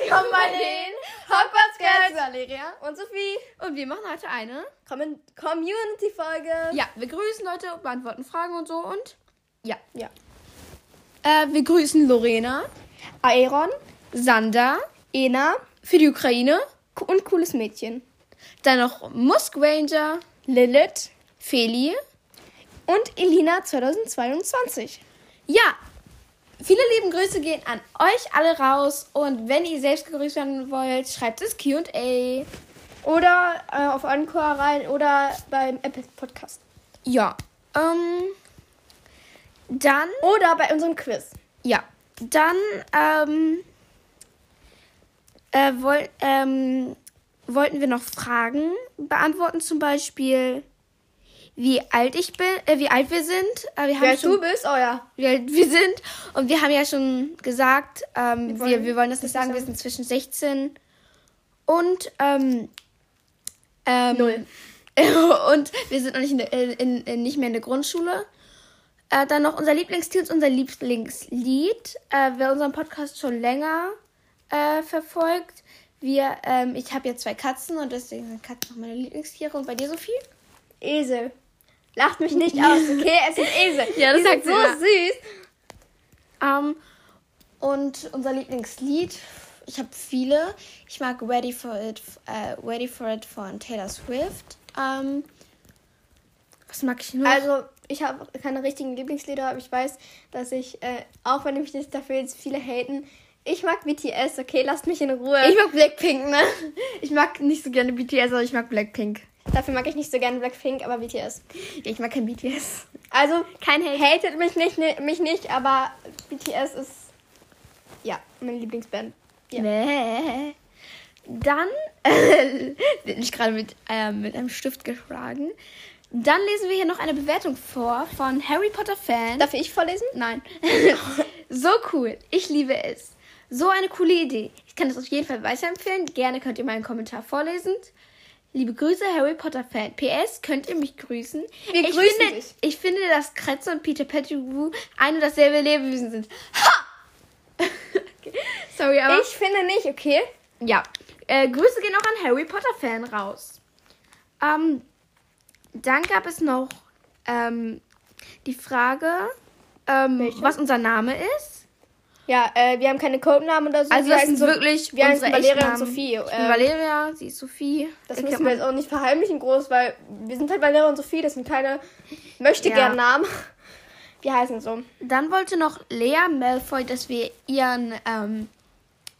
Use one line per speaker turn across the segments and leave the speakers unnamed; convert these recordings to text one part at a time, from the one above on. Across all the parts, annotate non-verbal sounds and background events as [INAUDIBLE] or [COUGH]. willkommen bei den Hogwarts
Jetzt
Cats
Valeria.
und Sophie.
Und wir machen heute eine.
Kommen Community-Folge.
Ja, wir grüßen Leute, beantworten Fragen und so und. Ja.
Ja.
Äh, wir grüßen Lorena,
Aeron,
Sander
Ena
für die Ukraine,
co- und cooles Mädchen.
dann noch Musk Ranger,
Lilith
Feli.
und Elina 2022.
Ja. Viele lieben Grüße gehen an euch alle raus und wenn ihr selbst gegrüßt werden wollt, schreibt es QA.
Oder äh, auf Encore rein oder beim Apple Podcast.
Ja. Ähm. Dann.
Oder bei unserem Quiz.
Ja, dann ähm, äh, woll, ähm, wollten wir noch Fragen beantworten, zum Beispiel, wie alt ich bin, äh, wie alt wir sind. Äh, wir haben
Wer
schon,
du bist, oh ja.
Wie alt wir sind. Und wir haben ja schon gesagt, ähm, wir,
wollen-
wir, wollen das nicht
das
sagen, wir
sagen.
sind zwischen 16 und ähm, ähm,
Null.
[LAUGHS] und wir sind noch nicht, in, der- in, in, nicht mehr in der Grundschule. Äh, dann noch unser Lieblingstier und unser Lieblingslied. Äh, wer unseren Podcast schon länger äh, verfolgt, wir, ähm, ich habe ja zwei Katzen und deswegen sind Katzen auch meine Lieblingstiere. Und bei dir, Sophie?
Esel. Lacht mich
[LAUGHS]
nicht aus, okay? Es sind Esel.
Ja, das
Die
sagt
sind so
sie, ja.
süß.
Ähm, und unser Lieblingslied, ich habe viele. Ich mag Ready for It, äh, Ready for It von Taylor Swift. Ähm, was mag ich noch?
Also, ich habe keine richtigen Lieblingslieder, aber ich weiß, dass ich, äh, auch wenn mich das dafür jetzt viele haten, ich mag BTS, okay? Lasst mich in Ruhe.
ich mag Blackpink, ne? Ich mag nicht so gerne BTS, aber ich mag Blackpink.
[LAUGHS] Dafür mag ich nicht so gerne Blackpink, aber BTS.
Ja, ich mag kein BTS.
Also, kein Hate. Hatet mich nicht, ne, mich nicht, aber BTS ist, ja, meine Lieblingsband. Ja.
Nee. Dann, [LAUGHS] äh, bin ich gerade mit, ähm, mit einem Stift geschlagen. Dann lesen wir hier noch eine Bewertung vor von Harry Potter Fan.
Darf ich vorlesen?
Nein. [LAUGHS] so cool. Ich liebe es. So eine coole Idee. Ich kann es auf jeden Fall weiterempfehlen. Gerne könnt ihr meinen Kommentar vorlesen. Liebe Grüße, Harry Potter Fan. PS, könnt ihr mich grüßen?
Wir
ich
grüßen
finde,
dich.
Ich finde, dass Kretze und Peter Pettigrew ein und dasselbe Lebewesen sind. Ha! [LAUGHS] Sorry, aber...
Ich finde nicht, okay?
Ja. Äh, Grüße gehen auch an Harry Potter Fan raus. Ähm, dann gab es noch ähm, die Frage, ähm,
Welche?
was unser Name ist.
Ja, äh, wir haben keine Codenamen oder so.
Also
wir
das
heißen
sind
so,
wirklich
wir heißen
unsere
Valeria
echten
und
Namen.
Sophie,
Ich bin
äh,
Valeria, sie ist Sophie.
Das
Erkennt
müssen wir
man-
jetzt auch nicht verheimlichen groß, weil wir sind halt Valeria und Sophie, das sind keine möchte
Ja.
gern Namen. [LAUGHS] Wir heißen so.
Dann wollte noch Lea Malfoy, dass wir ihren ähm,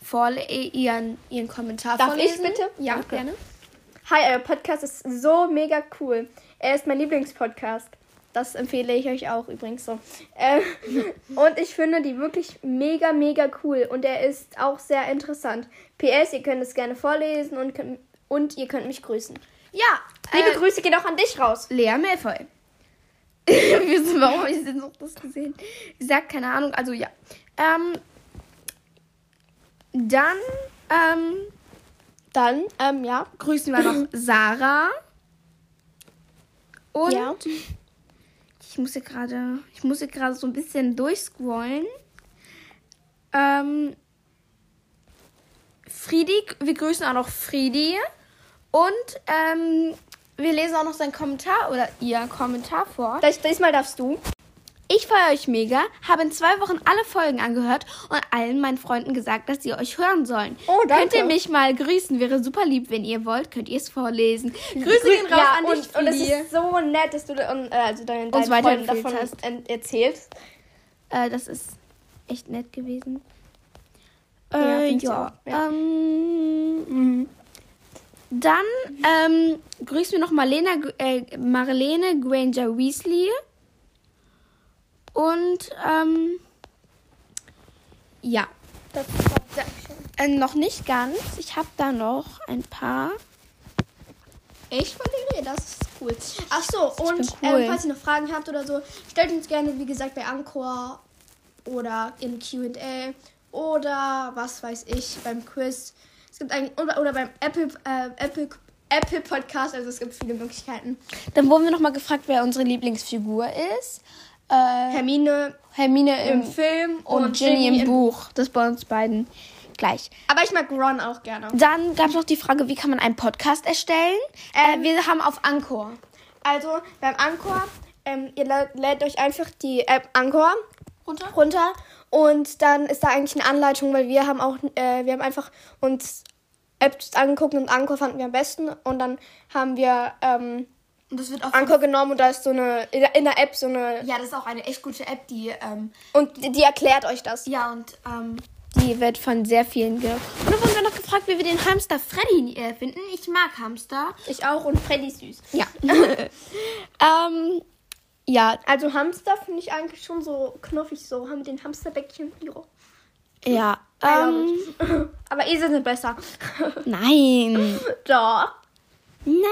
vorle äh, ihren ihren Kommentar
Darf ich
vorlesen.
bitte?
Ja,
Okay.
gerne.
Hi, euer Podcast ist so mega cool. Er ist mein Lieblingspodcast. Das empfehle ich euch auch übrigens so. Ähm, [LAUGHS] und ich finde die wirklich mega, mega cool. Und er ist auch sehr interessant. PS, ihr könnt es gerne vorlesen und, könnt- und ihr könnt mich grüßen.
Ja,
Liebe
äh,
Grüße gehen auch an dich raus.
Lea Malfoy. [LAUGHS] Wir sind, warum habe ich denn noch das gesehen? Ich sag keine Ahnung, also ja. Ähm, dann ähm,
Dann, ähm, ja.
grüßen wir noch Sarah. Und
Ja.
ich muss hier gerade, ich muss hier gerade so ein bisschen durchscrollen. Ähm, Friedi, wir grüßen auch noch Friedi. Und ähm, wir lesen auch noch seinen Kommentar oder ihr Kommentar vor.
Das, diesmal darfst du.
Ich feiere euch mega, habe in zwei Wochen alle Folgen angehört und allen meinen Freunden gesagt, dass sie euch hören sollen.
Oh, danke.
Könnt ihr mich mal grüßen? Wäre super lieb, wenn ihr wollt, könnt ihr es vorlesen. Grüße gehen raus
ja,
an
und,
dich,
und es
Fili.
ist so nett, dass du de- und, äh, also deinen, deinen Freunden
weiterempfehlt
davon
hast.
en- erzählst.
Äh, das ist echt nett gewesen.
Ja,
Äh,
find ich
ja.
auch, ja.
Ähm, Dann ähm, grüßen wir noch Marlena, äh, Marlene Granger Weasley. Und ähm, ja.
Das
Äh, noch nicht ganz. Ich habe da noch ein paar.
Ich verliere, das ist cool. Ach so, und
bin cool.
ähm, falls ihr noch Fragen habt oder so, stellt uns gerne, wie gesagt, bei Anchor oder im QA oder was weiß ich, beim Quiz. Es gibt einen, oder, oder beim Apple, äh, Apple, Apple Podcast, also es gibt viele Möglichkeiten.
Dann wurden wir noch mal gefragt, wer unsere Lieblingsfigur ist. Äh,
Hermine
Hermine
im
im,
Film
und Ginny im Buch. Das bei uns beiden. gleich.
Aber ich mag Ron auch gerne.
Dann gab es noch die Frage, wie kann man einen Podcast erstellen? Äh, wir haben auf Anchor.
Also beim Anchor, ähm, ihr lä- lädt euch einfach die App Anchor
Runter?
runter und dann ist da eigentlich eine Anleitung, weil wir haben auch, äh, wir haben einfach uns Apps angeguckt und Anchor fanden wir am besten und dann haben wir ähm,
Und das wird auch
Anchor genommen und da ist so eine, in der- in der App so eine,
Ja, das ist auch eine echt gute App, die ähm,
und die, die erklärt euch das.
ja und ähm, die wird von sehr vielen ge. Und dann wurden wir noch gefragt, wie wir den Hamster Freddy äh, finden. Ich mag Hamster.
Ich auch und Freddy ist süß.
Ja. ähm, ja,
Also Hamster finde ich eigentlich schon so knuffig, so haben den Hamsterbäckchen. Jo.
ja. Ähm,
I love it. [LAUGHS] Aber Esel sind besser.
nein,
Doch.
nein.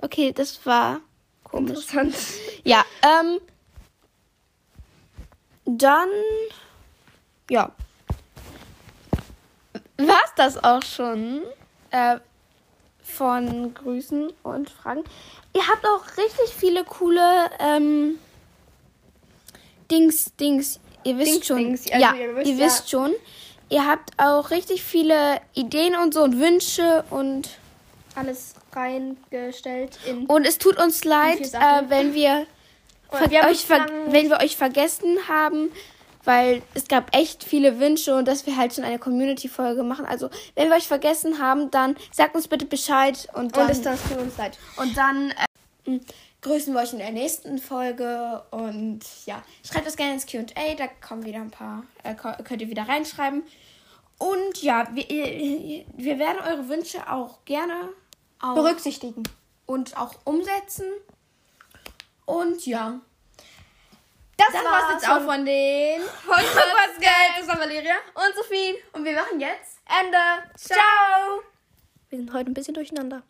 Okay, das war komisch.
Interessant.
Ja, ähm, dann, ja, war's das auch schon äh, von Grüßen und Fragen. Ihr habt auch richtig viele coole ähm, Dings, Dings. Ihr wisst
Dings,
schon,
Dings, also
ja,
ihr
ihr
wisst
wisst,
ja.
schon. Ihr habt auch richtig viele Ideen und so und Wünsche und
Alles reingestellt in.
und es tut uns leid,
viele
äh,
Sachen.
wenn wir
Und wir
ver
haben
euch ver
bislang-
wenn wir euch vergessen haben, weil es gab echt viele Wünsche und dass wir halt schon eine Community-Folge machen. Also, wenn wir euch vergessen haben, dann sagt uns bitte Bescheid und dann,
Und es das tut uns leid.
und dann äh, mh, grüßen wir euch in der nächsten Folge und ja, schreibt das gerne ins Q&A, da kommen wieder ein paar, äh, ko- könnt ihr wieder reinschreiben. Und ja, wir, wir werden eure Wünsche auch gerne auf
Berücksichtigen.
und auch umsetzen. Und ja.
Das,
Das
war's
war's
jetzt
von-
auch von den
Podcast
Podcast-Geld. Das war Valeria und Sophie.
Und wir machen jetzt
Ende. Ciao. Wir sind heute ein bisschen durcheinander.